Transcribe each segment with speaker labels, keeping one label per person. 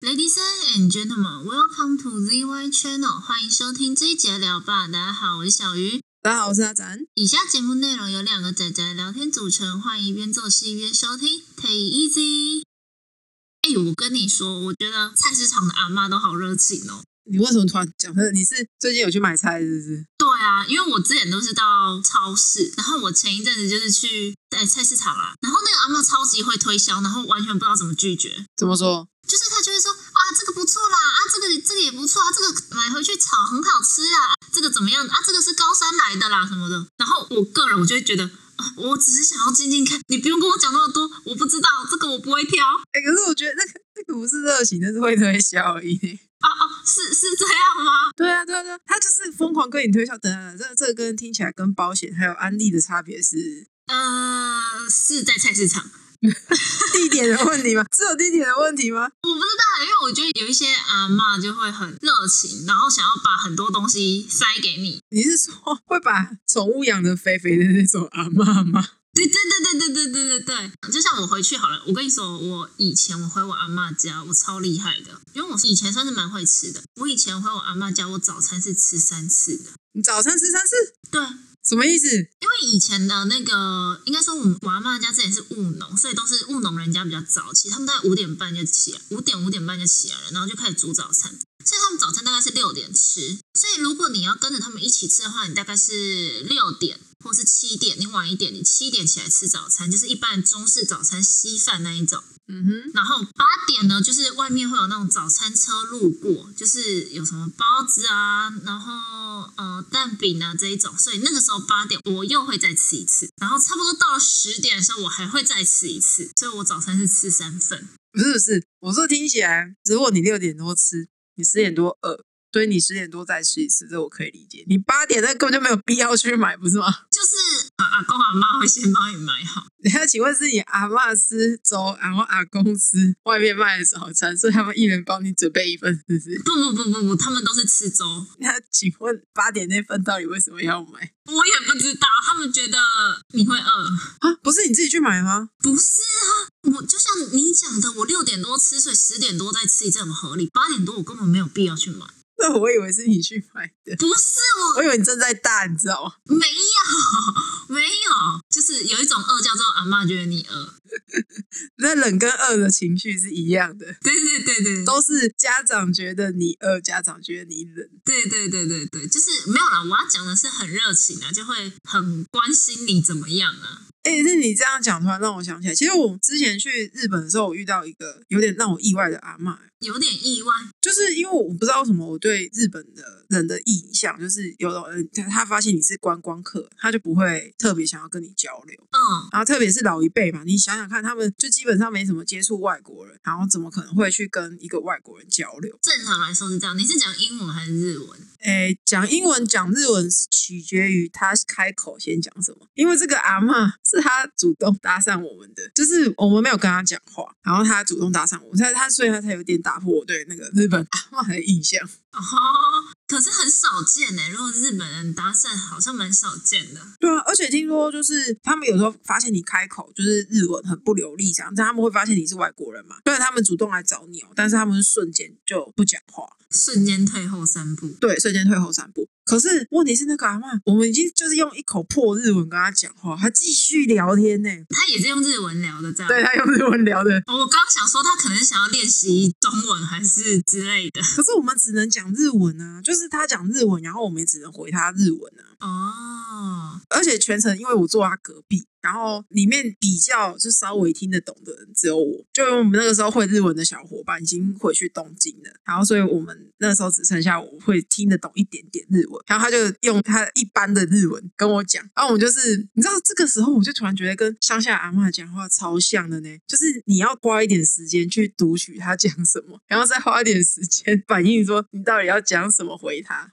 Speaker 1: Ladies and gentlemen, welcome to ZY Channel，欢迎收听这一节聊吧。大家好，我是小鱼。
Speaker 2: 大家好，我是阿展。
Speaker 1: 以下节目内容由两个仔仔聊天组成，欢迎一边做事一边收听，Take it easy。哎、我跟你说，我觉得菜市场的阿嬷都好热情哦。
Speaker 2: 你为什么突然讲这个？你是最近有去买菜是不是？
Speaker 1: 对啊，因为我之前都是到超市，然后我前一阵子就是去哎菜市场啊，然后那个阿嬷超级会推销，然后完全不知道怎么拒绝。
Speaker 2: 怎么说？
Speaker 1: 就是他就会说啊，这个不错啦，啊，这个这个也不错啊，这个买回去炒很好吃啊，啊这个怎么样啊，这个是高山来的啦什么的。然后我个人我就会觉得，啊我只是想要静静看，你不用跟我讲那么多，我不知道这个我不会挑啊
Speaker 2: 哎、可是我觉得那个那个不是热情，那是会推销而已。
Speaker 1: 哦，是是这样吗？
Speaker 2: 对啊，对啊，对啊，他就是疯狂跟你推销。等等，这这个跟听起来跟保险还有安利的差别是
Speaker 1: 呃，是在菜市场，
Speaker 2: 地点的问题吗？ 是有地点的问题吗？
Speaker 1: 我不知道，因为我觉得有一些阿嬷就会很热情，然后想要把很多东西塞给你。
Speaker 2: 你是说会把宠物养的肥肥的那种阿妈吗？
Speaker 1: 对对对对对对对对对，就像我回去好了，我跟你说，我以前我回我阿嬷家，我超厉害的，因为我以前算是蛮会吃的。我以前回我阿嬷家，我早餐是吃三次的。
Speaker 2: 你早餐吃三次，
Speaker 1: 对，啊
Speaker 2: 什么意思？
Speaker 1: 因为以前的那个，应该说我们我阿嬷家之前是务农，所以都是务农人家比较早起，他们大概五点半就起来，五点五点半就起来了，然后就开始煮早餐。所以他们早餐大概是六点吃，所以如果你要跟着他们一起吃的话，你大概是六点或是七点，你晚一点，你七点起来吃早餐，就是一般中式早餐稀饭那一种。
Speaker 2: 嗯哼，
Speaker 1: 然后八点呢，就是外面会有那种早餐车路过，就是有什么包子啊，然后呃蛋饼啊这一种，所以那个时候八点我又会再吃一次，然后差不多到了十点的时候我还会再吃一次，所以我早餐是吃三份。
Speaker 2: 不是不是，我说听起来，如果你六点多吃，你十点多饿，所以你十点多再吃一次，这我可以理解。你八点那根本就没有必要去买，不是吗？
Speaker 1: 就是啊，阿公阿妈会先帮你买好，
Speaker 2: 等下，请问是你阿嬷吃粥，然后阿公吃外面卖的早餐，所以他们一人帮你准备一份，是不是？
Speaker 1: 不不不不不，他们都是吃粥，
Speaker 2: 那请问八点那份到底为什么要买
Speaker 1: 我也不知道，他们觉得你会饿，
Speaker 2: 啊？不是你自己去买吗？
Speaker 1: 不是啊，我就像你讲的，我六点多吃，所以十点多再吃一次很合理。八点多我根本没有必要去买。
Speaker 2: 那我以为是你去买的，
Speaker 1: 不是
Speaker 2: 我以为你正在大，你知道吗？
Speaker 1: 我，没有，没有，啊就是有一种饿叫做阿嬷觉得你呃饿。
Speaker 2: 那冷跟饿的情绪是一样的，
Speaker 1: 对对对对，
Speaker 2: 都是家长觉得你饿，家长觉得你冷。
Speaker 1: 对对对对对，就是没有啦。我要讲的是很热情啊，就会很关心你怎么样啊。
Speaker 2: 哎、欸，是你这样讲，突然让我想起来，其实我之前去日本的时候，我遇到一个有点让我意外的阿嬷。
Speaker 1: 有点意外，
Speaker 2: 就是因为我不知道为什么，我对日本的人的印象就是有种人他他发现你是观光客，他就不会特别想要跟你交流。
Speaker 1: 嗯，
Speaker 2: 然后特别是老一辈嘛，你想想看，他们就基本上没什么接触外国人，然后怎么可能会去跟一个外国人交流？
Speaker 1: 正常来说是这样。你是讲英文还是日文？
Speaker 2: 诶，讲英文讲日文是取决于他开口先讲什么，因为这个阿嬷是他主动搭讪我们的，就是我们没有跟他讲话，然后他主动搭讪我们，他他所以他才有点打破我对那个日本阿嬷的印象。
Speaker 1: 哦，可是很少见呢、如果日本人搭讪，好像蛮少见的。
Speaker 2: 对啊，而且听说就是他们有时候发现你开口就是日文很不流利，这样，但他们会发现你是外国人嘛。虽然他们主动来找你哦，但是他们是瞬间就不讲话，
Speaker 1: 瞬间退后三步。
Speaker 2: 对，瞬间退后三步。可是问题是那个阿嬷，我们已经就是用一口破日文跟他讲话，他继续聊天呢、
Speaker 1: 他也是用日文聊的，这样。
Speaker 2: 对他用日文聊的，
Speaker 1: 哦我刚想说，他可能想要练习中文还是之类的。
Speaker 2: 可是我们只能讲日文啊，就是他讲日文，然后我们也只能回他日文啊。
Speaker 1: 哦，
Speaker 2: 而且全程因为我坐他隔壁，然后里面比较就稍微听得懂的人只有我，就因为我们那个时候会日文的小伙伴已经回去东京了，然后所以我们那时候只剩下我会听得懂一点点日文，然后他就用他一般的日文跟我讲，然后我们就是你知道这个时候我就突然觉得跟乡下阿嬷讲话超像的呢，就是你要花一点时间去读取他讲什么，然后再花一点时间 反应说你到底要讲什么回他。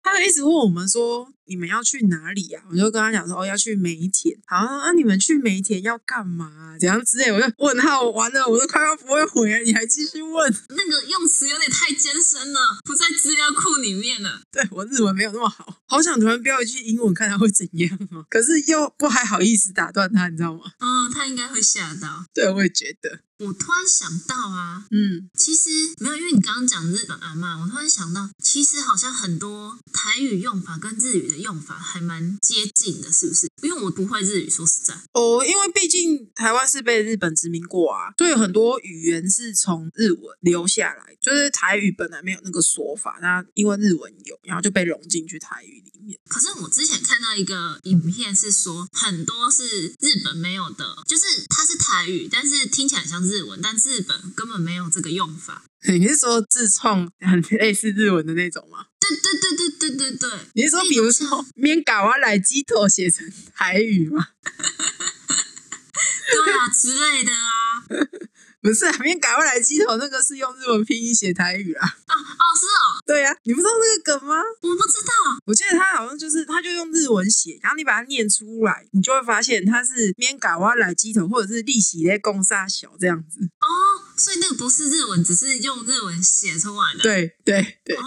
Speaker 2: 他一直问我们说：“你们要去哪里呀、我就跟他讲说，哦，要去梅田。好，那、你们去梅田要干嘛？啊怎样之类？我就问号，完了，我都快要不会回了，你还继续问？
Speaker 1: 那个用词有点太艰深了，不在资料库里面了。
Speaker 2: 对我日文没有那么好，好想突然标一句英文看他会怎样哦，可是又不还好意思打断他，你知道吗？
Speaker 1: 嗯，他应该会吓到。
Speaker 2: 对，我也觉得，
Speaker 1: 我突然想到啊，
Speaker 2: 嗯，
Speaker 1: 其实没有，因为你刚刚讲日本阿嬷，我突然想到，其实好像很多台语用法跟日语的用法还蛮接近的，是不是？因为我不会日语，说实在，
Speaker 2: 哦，因为毕竟台湾是被日本殖民过啊，所以很多语言是从日文留下来，就是台语本来没有那个说法，那因为日文有，然后就被融进去台语里面。
Speaker 1: 可是我之前看到一个影片，是说很多是日本没有的，就是它是台语，但是听起来很像日文，但日本根本没有这个用法。
Speaker 2: 你是说自创很类似日文的那种吗？
Speaker 1: 对对对对对对对，
Speaker 2: 你是说比如说“免嘎哇来鸡头”写成台语吗？
Speaker 1: 对啊之类的啊，
Speaker 2: 不是、啊，“免嘎哇来鸡头”那个是用日文拼音写台语啦。
Speaker 1: 啊哦是哦，
Speaker 2: 对啊，你不知道那个梗吗？
Speaker 1: 我不知道，
Speaker 2: 我记得他好像就是，他就用日文写，然后你把它念出来，你就会发现他是免嘎哇来鸡头，或者是利息在共杀小这样子。
Speaker 1: 哦，所以那个不是日文，只是用日文写出来的。
Speaker 2: 对对对，
Speaker 1: 哦，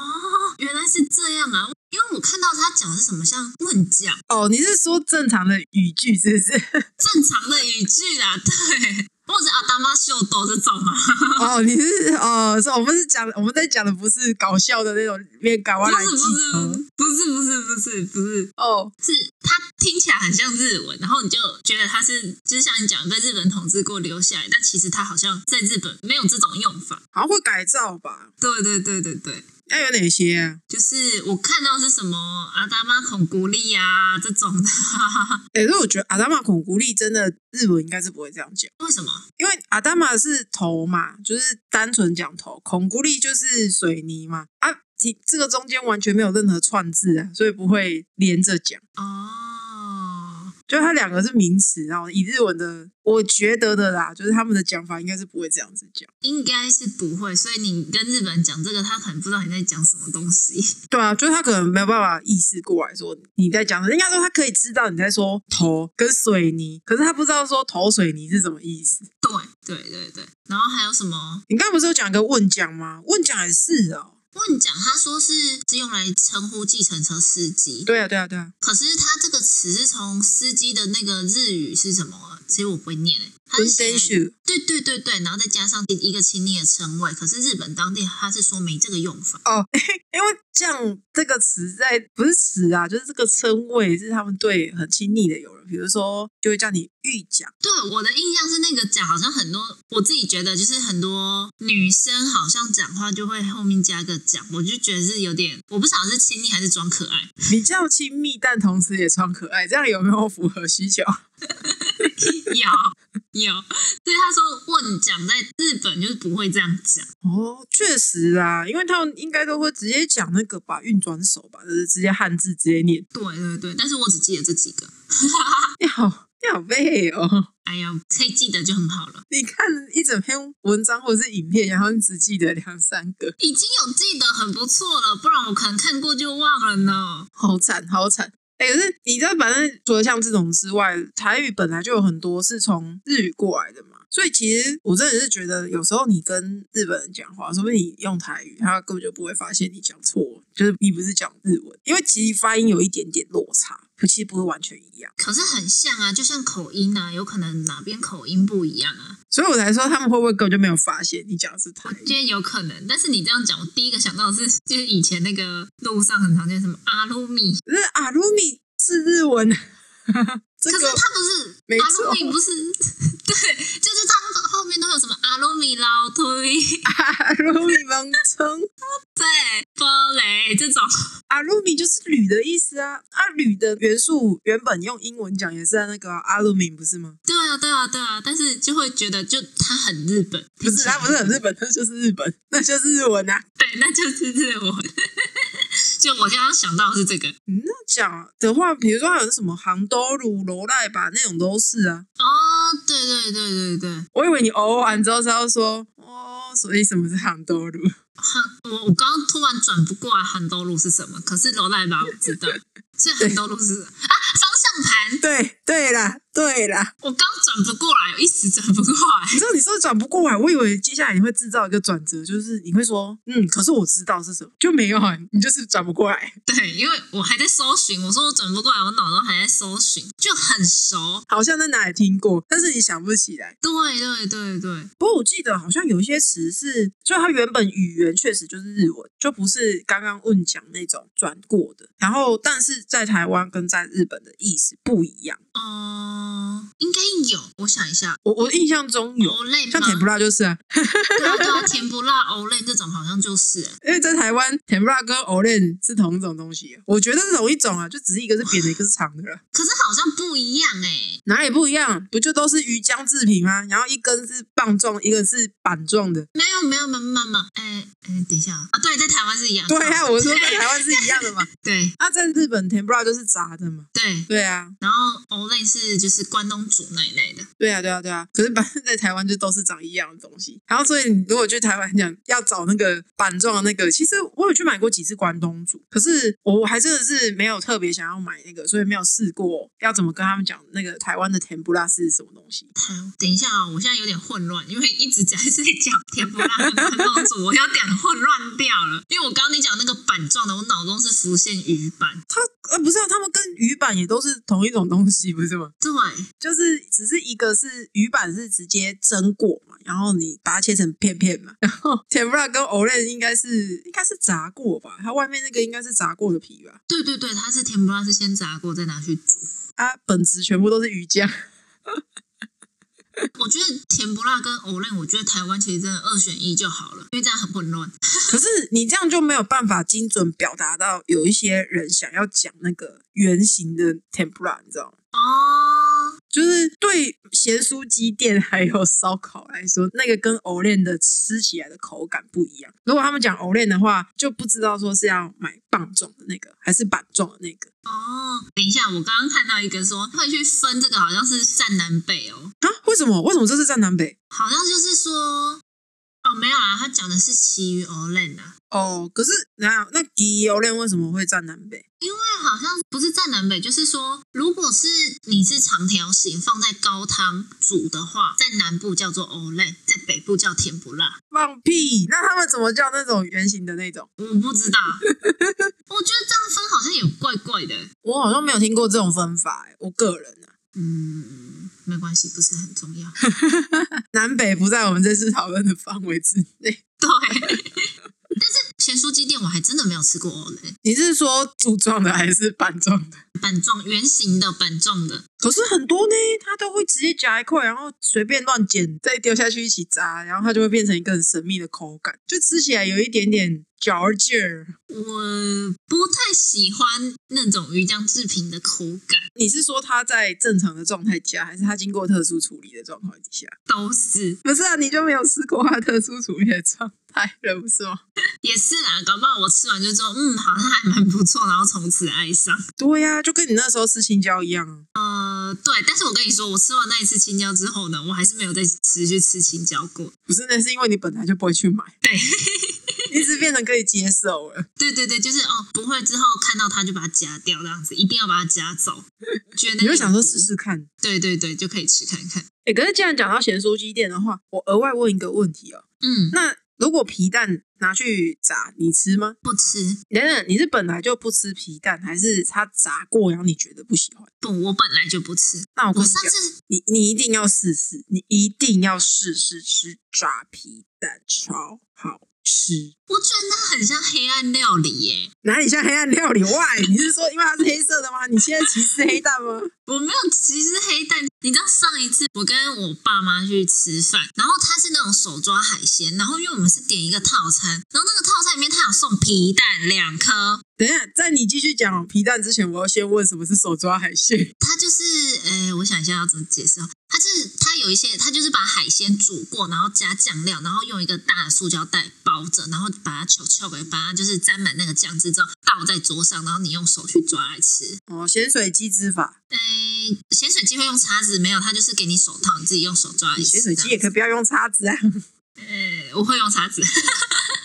Speaker 1: 原来是这样啊！因为我看到他讲的是什么像问讲
Speaker 2: 哦，你是说正常的语句是不是？
Speaker 1: 正常的语句啦，对，或者啊阿达妈秀斗这种啊，
Speaker 2: 哦，你是哦，是我们是讲我们在讲的不是搞笑的那种免嘎
Speaker 1: 不
Speaker 2: 哇来鸡头
Speaker 1: 是不是不是不是不是不是，
Speaker 2: 哦，
Speaker 1: 是它听起来很像日文，然后你就觉得它是就是像你讲被日本统治过留下来，但其实它好像在日本没有这种用法。
Speaker 2: 好像会改造吧？
Speaker 1: 对对对对对。
Speaker 2: 要有哪些啊？
Speaker 1: 就是我看到是什么阿达妈孔古力啊这种的，
Speaker 2: 哎、可是我觉得阿达玛孔古力真的日文应该是不会这样讲。
Speaker 1: 为什么？
Speaker 2: 因为阿达玛是头嘛，就是单纯讲头，孔古力就是水泥嘛，啊，其这个中间完全没有任何串字啊，所以不会连着讲。
Speaker 1: 哦，
Speaker 2: 就它两个是名词，然后以日文的，我觉得的啦，就是他们的讲法应该是不会这样子讲。
Speaker 1: 应该是不会，所以你跟日本人讲这个，他可能不知道你在讲什么东西。
Speaker 2: 对啊，就是他可能没有办法意识过来说你在讲什么，应该说他可以知道你在说头跟水泥，可是他不知道说头水泥是什么意思。
Speaker 1: 对对对对，然后还有什么
Speaker 2: 你刚刚不是有讲一个问讲吗？问讲也是哦。
Speaker 1: 问讲？他说是是用来称呼计程车司机，
Speaker 2: 对啊，对啊，对啊，
Speaker 1: 可是他这个词是从司机的那个日语是什么？其实我不会念诶、欸，它
Speaker 2: 文
Speaker 1: 是写
Speaker 2: 登秀。
Speaker 1: 对对对对，然后再加上一个亲昵的称谓，可是日本当地他是说没这个用法。
Speaker 2: 哦，因为“酱”这个词在不是词啊，就是这个称谓是他们对很亲密的友人，比如说就会叫你玉酱。
Speaker 1: 对，我的印象是那个讲好像很多，我自己觉得就是很多女生好像讲话就会后面加个讲，我就觉得是有点，我不晓得是亲昵还是装可爱，
Speaker 2: 你叫亲密，但同时也装可爱，这样有没有符合需求？
Speaker 1: 有有。所以他说问讲在日本就是不会这样讲，
Speaker 2: 哦，确实啊，因为他们应该都会直接讲那个吧，运转手吧，就是直接汉字直接念。
Speaker 1: 对对对，但是我只记得这几个，
Speaker 2: 你好，你好背哦！
Speaker 1: 哎呀，可以记得就很好了，
Speaker 2: 你看一整篇文章或者是影片，然后你只记得两三个，
Speaker 1: 已经有记得很不错了，不然我可能看过就忘了呢。
Speaker 2: 好惨，好惨。哎、可是你知道，反正除了像这种之外，台语本来就有很多是从日语过来的嘛，所以其实我真的是觉得，有时候你跟日本人讲话，说不定你用台语，他根本就不会发现你讲错，就是你不是讲日文，因为其实发音有一点点落差，可其实不是完全一样，
Speaker 1: 可是很像啊，就像口音啊，有可能哪边口音不一样啊，
Speaker 2: 所以我才说他们会不会根本就没有发现你讲的是台
Speaker 1: 我
Speaker 2: 语。
Speaker 1: 觉得有可能，但是你这样讲，我第一个想到的是，就是以前那个路上很常见什么阿鲁米，
Speaker 2: 可是阿鲁米是日文， 这
Speaker 1: 可是
Speaker 2: 个
Speaker 1: 它不是
Speaker 2: 没
Speaker 1: 阿
Speaker 2: 错
Speaker 1: 鲁米，不是 对，就是它后面都有什么阿鲁米老 推，
Speaker 2: 阿鲁米蒙称。
Speaker 1: 对，波雷这种，
Speaker 2: 阿鲁米就是铝的意思啊，啊，铝的元素原本用英文讲也是那个阿鲁米，不是吗？
Speaker 1: 对啊，对啊，对啊，但是就会觉得就它很日本，
Speaker 2: 不是，它不是很日本，那就是日本， 那就是日文啊。
Speaker 1: 对，那就是日文。 就我刚刚想到的是这个
Speaker 2: 嗯，那讲的话，比如说还有什么杭州鲁罗赖吧，那种都是啊。
Speaker 1: 哦，对对对对对，
Speaker 2: 我以为你偶完之后是要说哦，哦，所以什么是杭州路？
Speaker 1: 韩，我我刚刚突然转不过来韩兜路是什么，可是罗赖吧我 知道，所以韩兜路是啊方向盘，
Speaker 2: 对对啦，对啦。
Speaker 1: 我刚转不过来，我一时转不过来
Speaker 2: 你。知道你说转不过来，我以为接下来你会制造一个转折，就是你会说，嗯，可是我知道是什么，就没有啊，你就是转不过来。
Speaker 1: 对，因为我还在搜寻，我说我转不过来，我脑中还在搜寻，就很熟。
Speaker 2: 好像在哪里听过，但是你想不起来。
Speaker 1: 对对对对，
Speaker 2: 不过我记得好像有一些词是，就它原本语言确实就是日文，就不是刚刚问讲那种转过的。然后，但是在台湾跟在日本的意思不一样。
Speaker 1: 哦、应该有，我想一下，
Speaker 2: 我我印象中有，
Speaker 1: 欧类吗？
Speaker 2: 像甜不辣就是啊，
Speaker 1: 对啊对啊，甜不辣欧类这种好像就是、欸，
Speaker 2: 因为在台湾甜不辣跟 orange 是同一种东西，我觉得是同一种啊，就只是一个是扁的，一个是长的了，
Speaker 1: 可是好像不一样哎、
Speaker 2: 哪里不一样？不就都是鱼浆制品吗？然后一根是棒状，一个是板状的。
Speaker 1: 没有没有没有没有没有，哎哎，等一下啊，啊对，在台湾是一样。
Speaker 2: 对啊，我说在台湾是一样的嘛。
Speaker 1: 对
Speaker 2: 那、在日本甜不辣就是炸的嘛。
Speaker 1: 对，
Speaker 2: 对啊，
Speaker 1: 然后欧类是就是关东煮那一类的，
Speaker 2: 对啊，对啊，对啊。可是反正在台湾就都是长一样的东西。然后所以你如果去台湾讲要找那个板状的那个，其实我有去买过几次关东煮，可是我还真的是没有特别想要买那个，所以没有试过要怎么跟他们讲那个台湾的甜不辣是什么东西。
Speaker 1: 台湾。等一下啊、我现在有点混乱，因为一直在 在讲甜不辣跟关东煮，我有点混乱掉了。因为我刚刚你讲那个板状的，我脑中是浮现鱼板。
Speaker 2: 它呃不是啊，他们跟鱼板也都是同一种东西，不是吗？
Speaker 1: 对，
Speaker 2: 就是只是一个是鱼板是直接蒸过嘛，然后你把它切成片片嘛，然后甜不辣跟 orange 应该是应该是炸过吧，它外面那个应该是炸过的皮吧，
Speaker 1: 对对对，它是甜不辣是先炸过再拿去煮。
Speaker 2: 它啊本质全部都是鱼酱，
Speaker 1: 我觉得甜不辣跟欧类，我觉得台湾其实真的二选一就好了，因为这样很混乱。
Speaker 2: 可是你这样就没有办法精准表达到有一些人想要讲那个圆形的 tempura，你知道吗？
Speaker 1: 哦，
Speaker 2: 就是对咸酥鸡店 还有烧烤来说，那个跟藕链的吃起来的口感不一样。如果他们讲藕链的话，就不知道说是要买棒状的那个还是板状的那个
Speaker 1: 哦，等一下，我刚刚看到一个说会去分这个，好像是占南北哦，
Speaker 2: 啊？为什么？为什么这是占南北？
Speaker 1: 好像就是说，哦，没有啊，他讲的是其余 o l e n 啊，
Speaker 2: 哦，可是那那鸡藕链为什么会占南北？
Speaker 1: 因为好像不是占南北，就是说，如果是你是长条形放在高汤煮的话，在南部叫做 o l e n 在北部叫甜不辣。
Speaker 2: 放屁！那他们怎么叫那种圆形的那种？
Speaker 1: 我不知道，我觉得这样分好像也怪怪的。
Speaker 2: 我好像没有听过这种分法、欸，我个人啊，
Speaker 1: 嗯，没关系，不是很重要。
Speaker 2: 南北不在我们这次讨论的范围之内。
Speaker 1: 对，但是咸酥鸡店我还真的没有吃过 o l e
Speaker 2: 你是说柱状的还是板状的？
Speaker 1: 板状圆形的板状的，
Speaker 2: 可是很多呢，它都会直接夹一块，然后随便乱剪，再丢下去一起炸，然后它就会变成一个很神秘的口感，就吃起来有一点点嚼劲儿。
Speaker 1: 我不太喜欢那种鱼浆制品的口感，
Speaker 2: 你是说它在正常的状态下，还是它经过特殊处理的状况底下？
Speaker 1: 都是
Speaker 2: 不是啊，你就没有吃过它特殊处理的状态 了，不是吗？
Speaker 1: 也是啦，搞不好我吃完就说，嗯，好像还蛮不错，然后从此爱上。
Speaker 2: 对呀、就跟你那时候吃青椒一样啊。
Speaker 1: 呃，对，但是我跟你说，我吃完那一次青椒之后呢，我还是没有再持续吃青椒过。
Speaker 2: 不是，那是因为你本来就不会去买，
Speaker 1: 对，
Speaker 2: 一直变得可以接受了。
Speaker 1: 对对对，就是哦，不会之后看到它就把它夹掉，这样子一定要把它夹走，觉得
Speaker 2: 你就想说试试看。
Speaker 1: 对对对，就可以吃看看。
Speaker 2: 哎、可是既然讲到咸酥鸡店的话，我额外问一个问题哦，
Speaker 1: 嗯，
Speaker 2: 那如果皮蛋拿去炸，你吃吗？
Speaker 1: 不吃，
Speaker 2: 等等，你是本来就不吃皮蛋，还是它炸过然后你觉得不喜欢？
Speaker 1: 不，我本来就不吃。
Speaker 2: 那我跟
Speaker 1: 我
Speaker 2: 你
Speaker 1: 上
Speaker 2: 讲，
Speaker 1: 次
Speaker 2: 你你一定要试试，你一定要试试吃炸皮蛋，超好吃。
Speaker 1: 我觉得那很像黑暗料理耶，
Speaker 2: 哪里像黑暗料理？外？你是说因为它是黑色 的吗？你现在歧视黑蛋吗？
Speaker 1: 我没有其实黑蛋。你知道上一次我跟我爸妈去吃饭，然后他是那种手抓海鲜，然后因为我们是点一个套餐，然后那个套餐里面他有送皮蛋两颗，
Speaker 2: 等一下，在你继续讲皮蛋之前，我要先问什么是手抓海鲜。
Speaker 1: 它就是呃，我想一下要怎么解释哦，它是它有一些，它就是把海鲜煮过，然后加酱料，然后用一个大的塑胶袋包着，然后把它球球给把它就是沾满那个酱汁之后倒在桌上，然后你用手去抓来吃。
Speaker 2: 哦，咸水鸡之法，
Speaker 1: 诶，咸水鸡会用叉子没有？它就是给你手套，你自己用手抓
Speaker 2: 你
Speaker 1: 一
Speaker 2: 咸水鸡也可以不要用叉子啊。
Speaker 1: 呃，我会用叉子。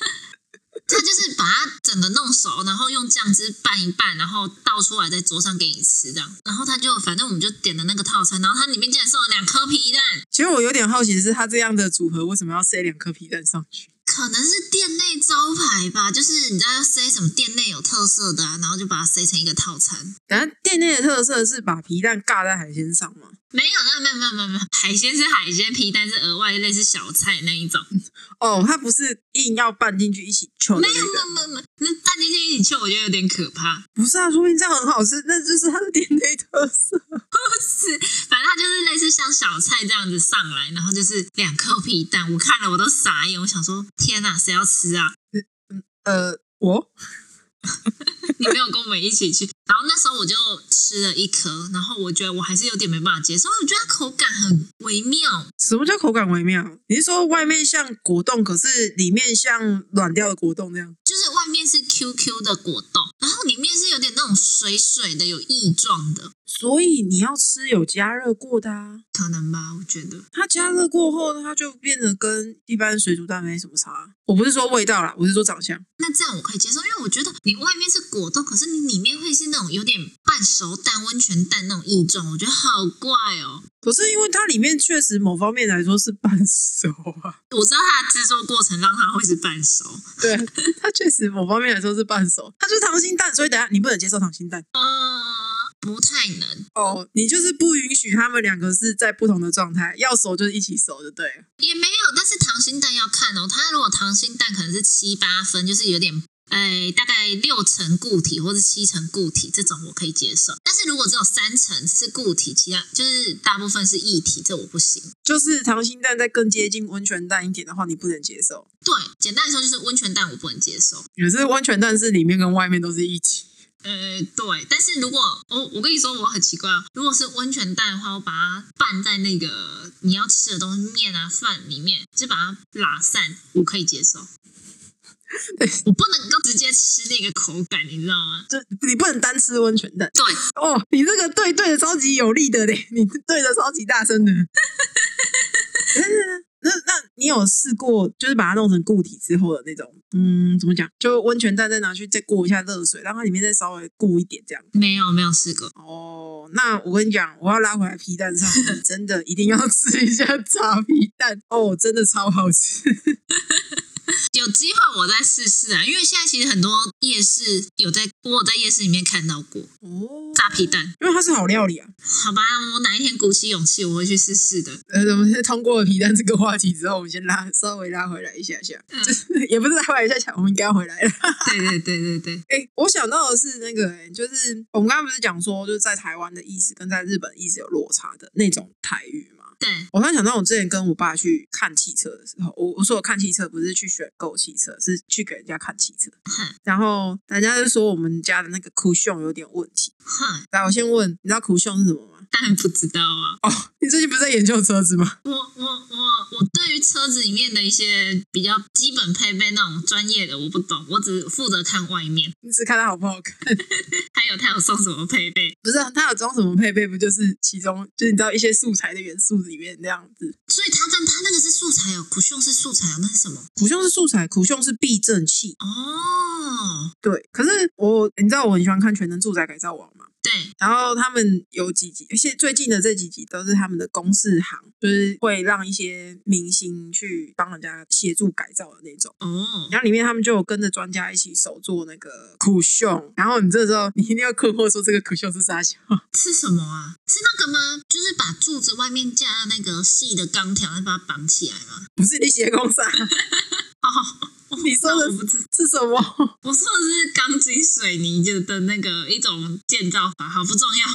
Speaker 1: 他就是把它整个弄熟，然后用酱汁拌一拌，然后倒出来在桌上给你吃这样。然后他就反正我们就点了那个套餐，然后它里面竟然送了两颗皮蛋，
Speaker 2: 其实我有点好奇的是，它这样的组合为什么要塞两颗皮蛋上去？
Speaker 1: 可能是店内招牌吧，就是你知道要塞什么店内有特色的啊，然后就把它塞成一个套餐。
Speaker 2: 等下店内的特色是把皮蛋尬在海鲜上吗？
Speaker 1: 没有，那没有没有没有没有，海鲜是海鲜，皮蛋是额外类似小菜那一种。
Speaker 2: 哦，它不是硬要拌进去一起揪的
Speaker 1: 没
Speaker 2: 那
Speaker 1: 有没有
Speaker 2: 个，
Speaker 1: 没有没有，那蛋进去一起吃，我觉得有点可怕。
Speaker 2: 不是啊，说明这样很好吃，那就是它的店内特色。
Speaker 1: 是，反正它就是类似像小菜这样子上来，然后就是两颗皮蛋，我看了我都傻眼，我想说天哪，谁要吃啊？
Speaker 2: 呃，我
Speaker 1: 你没有跟我们一起去。然后那时候我就吃了一颗，然后我觉得我还是有点没办法接受，我觉得它口感很微妙。
Speaker 2: 什么叫口感微妙？你是说外面像果冻，可是里面像软掉的果冻那样？
Speaker 1: 就是外面是 QQ 的果冻，然后里面是有点那种水水的、有异状的，
Speaker 2: 所以你要吃有加热过的啊。
Speaker 1: 可能吧？我觉得
Speaker 2: 它加热过后，它就变得跟一般水煮蛋没什么差。啊我不是说味道啦，我是说长相。
Speaker 1: 那这样我可以接受，因为我觉得你外面是果冻，可是你里面会是那种有点半熟蛋、温泉蛋那种异状，我觉得好怪哦。
Speaker 2: 可是因为它里面确实某方面来说是半熟啊，
Speaker 1: 我知道它的制作过程让它会是半熟，
Speaker 2: 对， 它确实某方面来说是半熟，它就是溏心蛋，所以等下你不能接受溏心蛋
Speaker 1: 呃，不太能，
Speaker 2: 哦，你就是不允许他们两个是在不同的状态，要熟就是一起熟就对了。
Speaker 1: 也没有。但是溏心蛋要看哦，它如果溏心蛋可能是七八分，就是有点。哎，大概六成固体或是七成固体这种我可以接受，但是如果只有三成是固体，其他就是大部分是液体，这我不行。
Speaker 2: 就是溏心蛋再更接近温泉蛋一点的话，你不能接受。
Speaker 1: 对，简单来说就是温泉蛋我不能接受。
Speaker 2: 可是温泉蛋是里面跟外面都是一起，
Speaker 1: 呃，对，但是如果我、我跟你说我很奇怪，哦，如果是温泉蛋的话，我把它拌在那个你要吃的东西面啊饭里面，就把它拉散，我可以接受。我不能够直接吃那个口感，你知道吗？
Speaker 2: 就你不能单吃温泉蛋。
Speaker 1: 对，
Speaker 2: 哦，你这个对对的超级有力的嘞，你对的超级大声 的。那那你有试过，就是把它弄成固体之后的那种，嗯，怎么讲？就温泉蛋再拿去再过一下热水，让它里面再稍微固一点这样。
Speaker 1: 没有没有试过。
Speaker 2: 哦，那我跟你讲，我要拉回来皮蛋上，你真的一定要吃一下炸皮蛋哦，真的超好吃。
Speaker 1: 有机会我再试试啊，因为现在其实很多夜市有在，我有在夜市里面看到过
Speaker 2: 哦，
Speaker 1: 炸皮蛋。
Speaker 2: 因为它是好料理啊。
Speaker 1: 好吧，我哪一天鼓起勇气，我会去试试的。
Speaker 2: 呃，我们通过了皮蛋这个话题之后，我们先拉稍微拉回来一下下，
Speaker 1: 嗯
Speaker 2: 就是也不是拉回来一下下，我们应该要回来了。
Speaker 1: 对对对对对，
Speaker 2: 哎、我想到的是那个、诶就是我们刚刚不是讲说，就是在台湾的意思跟在日本意思有落差的那种台语嘛。
Speaker 1: 对，
Speaker 2: 我突然想到，我之前跟我爸去看汽车的时候，我我说我看汽车不是去选购汽车，是去给人家看汽车。
Speaker 1: 哼
Speaker 2: 然后人家就说我们家的那个 cushion 有点问题。
Speaker 1: 哼，
Speaker 2: 来，我先问，你知道 cushion 是什么吗？
Speaker 1: 当然不知道啊。
Speaker 2: 哦，你最近不是在研究车子吗？
Speaker 1: 我我我我对于车子里面的一些比较基本配备那种专业的我不懂，我只负责看外面，
Speaker 2: 你只看它好不好看，
Speaker 1: 还有它有送什么配备。
Speaker 2: 不是啊它有装什么配备，不就是其中就是你知道一些素材的元素里面那样子。
Speaker 1: 所以它但它那个是素材哦，苦秀是素材哦，那是什么？
Speaker 2: 苦胸是素材，苦胸是避震器。
Speaker 1: 哦，
Speaker 2: 对，可是我你知道我很喜欢看《全能住宅改造王》嘛，
Speaker 1: 对，
Speaker 2: 然后他们有几集，而且最近的这几集都是他们的公式行，就是会让一些明星去帮人家协助改造的那种。
Speaker 1: 哦，
Speaker 2: 然后里面他们就有跟着专家一起手做那个苦胸，然后你这时候你一定要困惑说这个苦胸是啥小？
Speaker 1: 是什么啊？是那个吗？就是把柱子外面架那个细的钢条，再把它绑起来吗？
Speaker 2: 不是你写工厂，
Speaker 1: 哦，
Speaker 2: 啊 你说
Speaker 1: 那
Speaker 2: 的
Speaker 1: 我不知，
Speaker 2: 是什么？
Speaker 1: 我说的是钢筋水泥就的那个一种建造法，好不重要。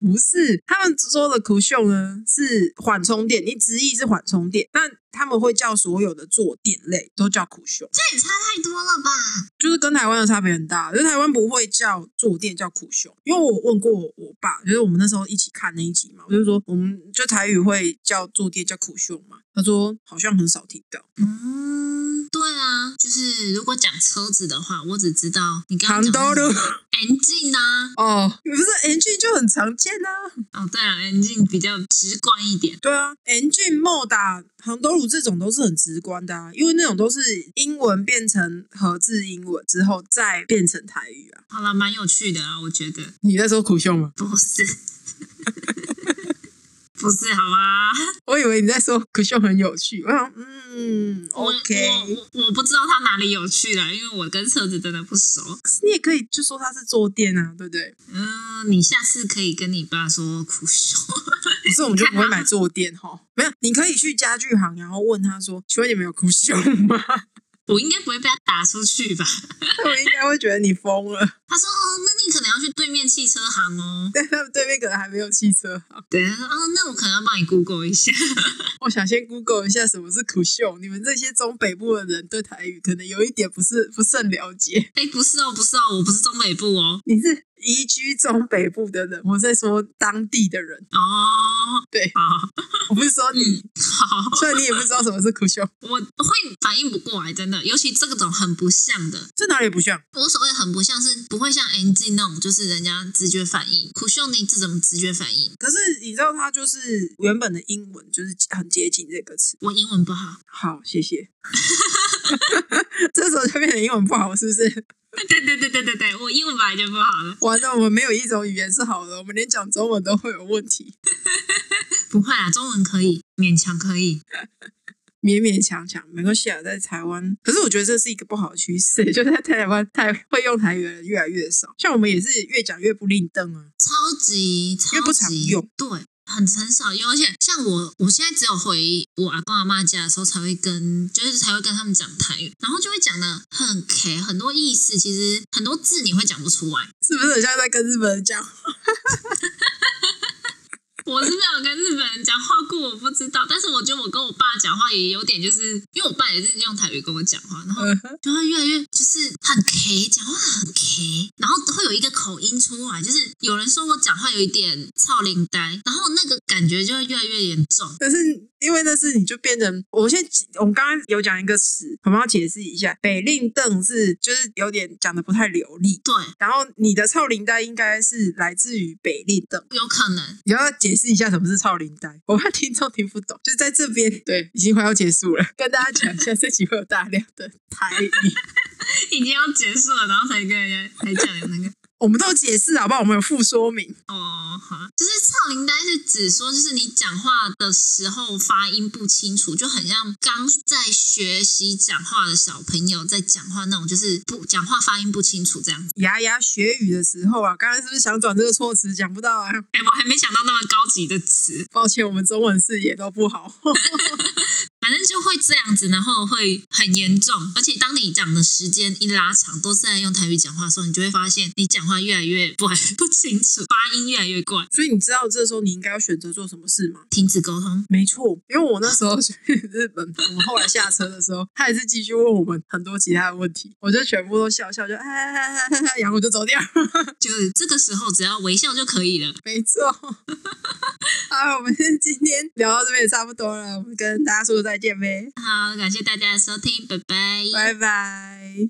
Speaker 2: 不是，他们说的 cushion 呢是缓冲垫，你直译是缓冲垫，那他们会叫所有的坐垫类都叫 cushion，
Speaker 1: 这也差太多了吧？
Speaker 2: 就是跟台湾的差别很大，就是台湾不会叫坐垫叫 cushion，因为我问过我爸，就是我们那时候一起看那一集嘛，我就说我们就台语会叫坐垫叫 cushion 嘛，他说好像很少听到，
Speaker 1: 嗯，对啊，就是如果讲车子的话，我只知道你刚刚
Speaker 2: 杭
Speaker 1: 讲
Speaker 2: 州
Speaker 1: 的
Speaker 2: 路
Speaker 1: 是 engine 啊，
Speaker 2: 哦，不是 engine 就很常见啊。
Speaker 1: 哦对啊，engine 比较直观一点。
Speaker 2: 对啊，engine、莫打、杭州鲁这种都是很直观的啊，因为那种都是英文变成合字英文之后再变成台语啊。
Speaker 1: 好啦，蛮有趣的啊，我觉得
Speaker 2: 你在说苦秀吗？
Speaker 1: 不是， 不是好吗？
Speaker 2: 我以为你在说苦秀很有趣。我想，嗯
Speaker 1: 我
Speaker 2: ，OK，
Speaker 1: 我我我不知道它哪里有趣啦，因为我跟车子真的不熟。
Speaker 2: 可是你也可以就说它是坐垫啊，对不对？
Speaker 1: 嗯、你下次可以跟你爸说苦修。
Speaker 2: 可是我们就不会买坐垫哈。没有，你可以去家具行，然后问他说：“请问你们有苦秀吗
Speaker 1: 我应该不会被他打出去吧？？”
Speaker 2: 他们应该会觉得你疯了。
Speaker 1: 他说：“哦，那你可能要去对面汽车行哦。
Speaker 2: 但他们对面可能还没有汽车行。”
Speaker 1: 对，他说：“哦，那我可能要帮你 Google 一下。
Speaker 2: 我想先 Google 一下什么是苦秀。你们这些中北部的人对台语可能有一点不是不甚了解。”
Speaker 1: 哎，不是哦，不是哦，我不是东北部哦。
Speaker 2: 你是移居中北部的人，我在说当地的人，
Speaker 1: 哦，
Speaker 2: 对
Speaker 1: 好，嗯
Speaker 2: 我不是说你。
Speaker 1: 好，
Speaker 2: 虽然你也不知道什么是苦秀，
Speaker 1: 我会反应不过来，真的，尤其这种很不像的，
Speaker 2: 这哪里不像？
Speaker 1: 我所谓很不像是不会像 NG 那种，就是人家直觉反应，苦秀你这种直觉反应，
Speaker 2: 可是你知道，它就是原本的英文就是很接近这个词。
Speaker 1: 我英文不好，
Speaker 2: 好，谢谢。 这时候就变成英文不好，是不是？
Speaker 1: 对对对对对对，我英文本来就不好了，
Speaker 2: 完了，我们没有一种语言是好的，我们连讲中文都会有问题，
Speaker 1: 不会啊，中文可以，勉强可以，
Speaker 2: 勉勉强强，没关系啊。在台湾，可是我觉得这是一个不好的趋势， 就在台湾，台会用台语的人越来越少。像我们也是越讲越不吝登啊。
Speaker 1: 超级超级
Speaker 2: 因为不常用，
Speaker 1: 对，很很少用。而且像我，我现在只有回我阿公阿妈家的时候才会跟，就是才会跟他们讲台语，然后就会讲的很 K，很多意思其实很多字你会讲不出来。
Speaker 2: 是不是很像在跟日本人讲？
Speaker 1: 我是没有跟日本人讲话过，我不知道。但是我觉得我跟我爸讲话也有点，就是因为我爸也是用台语跟我讲话，然后
Speaker 2: 嗯哼
Speaker 1: 就会越来越就是很 K，讲话很 K，然后会有一个口音出来，就是有人说我讲话有一点操灵呆，然后那个感觉就会越来越严重。
Speaker 2: 但是因为那是你就变成，我先我们刚刚有讲一个词，我们要解释一下，北令邓是就是有点讲的不太流利。
Speaker 1: 对，
Speaker 2: 然后你的超龄带应该是来自于北令邓，
Speaker 1: 有可能。
Speaker 2: 你要解释一下什么是超龄带，我怕听众听不懂。就在这边，对，已经快要结束了，跟大家讲一下，这集会有大量的台语，
Speaker 1: 已经要结束了，然后才跟人家才讲有那个。
Speaker 2: 我们都有解释好不好？我们有附说明，
Speaker 1: 哦，好啊，就是唱铃呆是指说，就是你讲话的时候发音不清楚，就很像刚在学习讲话的小朋友在讲话那种，就是不讲话发音不清楚这样子。
Speaker 2: 牙牙学语的时候啊，刚刚是不是想转这个措辞讲不到啊？
Speaker 1: 哎、我还没想到那么高级的词，
Speaker 2: 抱歉，我们中文视野都不好。
Speaker 1: 反正就会这样子，然后会很严重。而且当你讲的时间一拉长，都是在用台语讲话的时候，你就会发现你讲话越来越不不清楚，发音越来越怪，
Speaker 2: 所以你知道这时候你应该要选择做什么事吗？
Speaker 1: 停止沟通。
Speaker 2: 没错，因为我那时候去日本，我们后来下车的时候，他也是继续问我们很多其他的问题，我就全部都笑笑，就哎哎哎哎哎，然后我就走掉。
Speaker 1: 就是这个时候只要微笑就可以了。
Speaker 2: 没错， 好，我们今天聊到这边也差不多了，我们跟大家说再见呗，
Speaker 1: 好，感谢大家的收听，拜拜。
Speaker 2: 拜拜。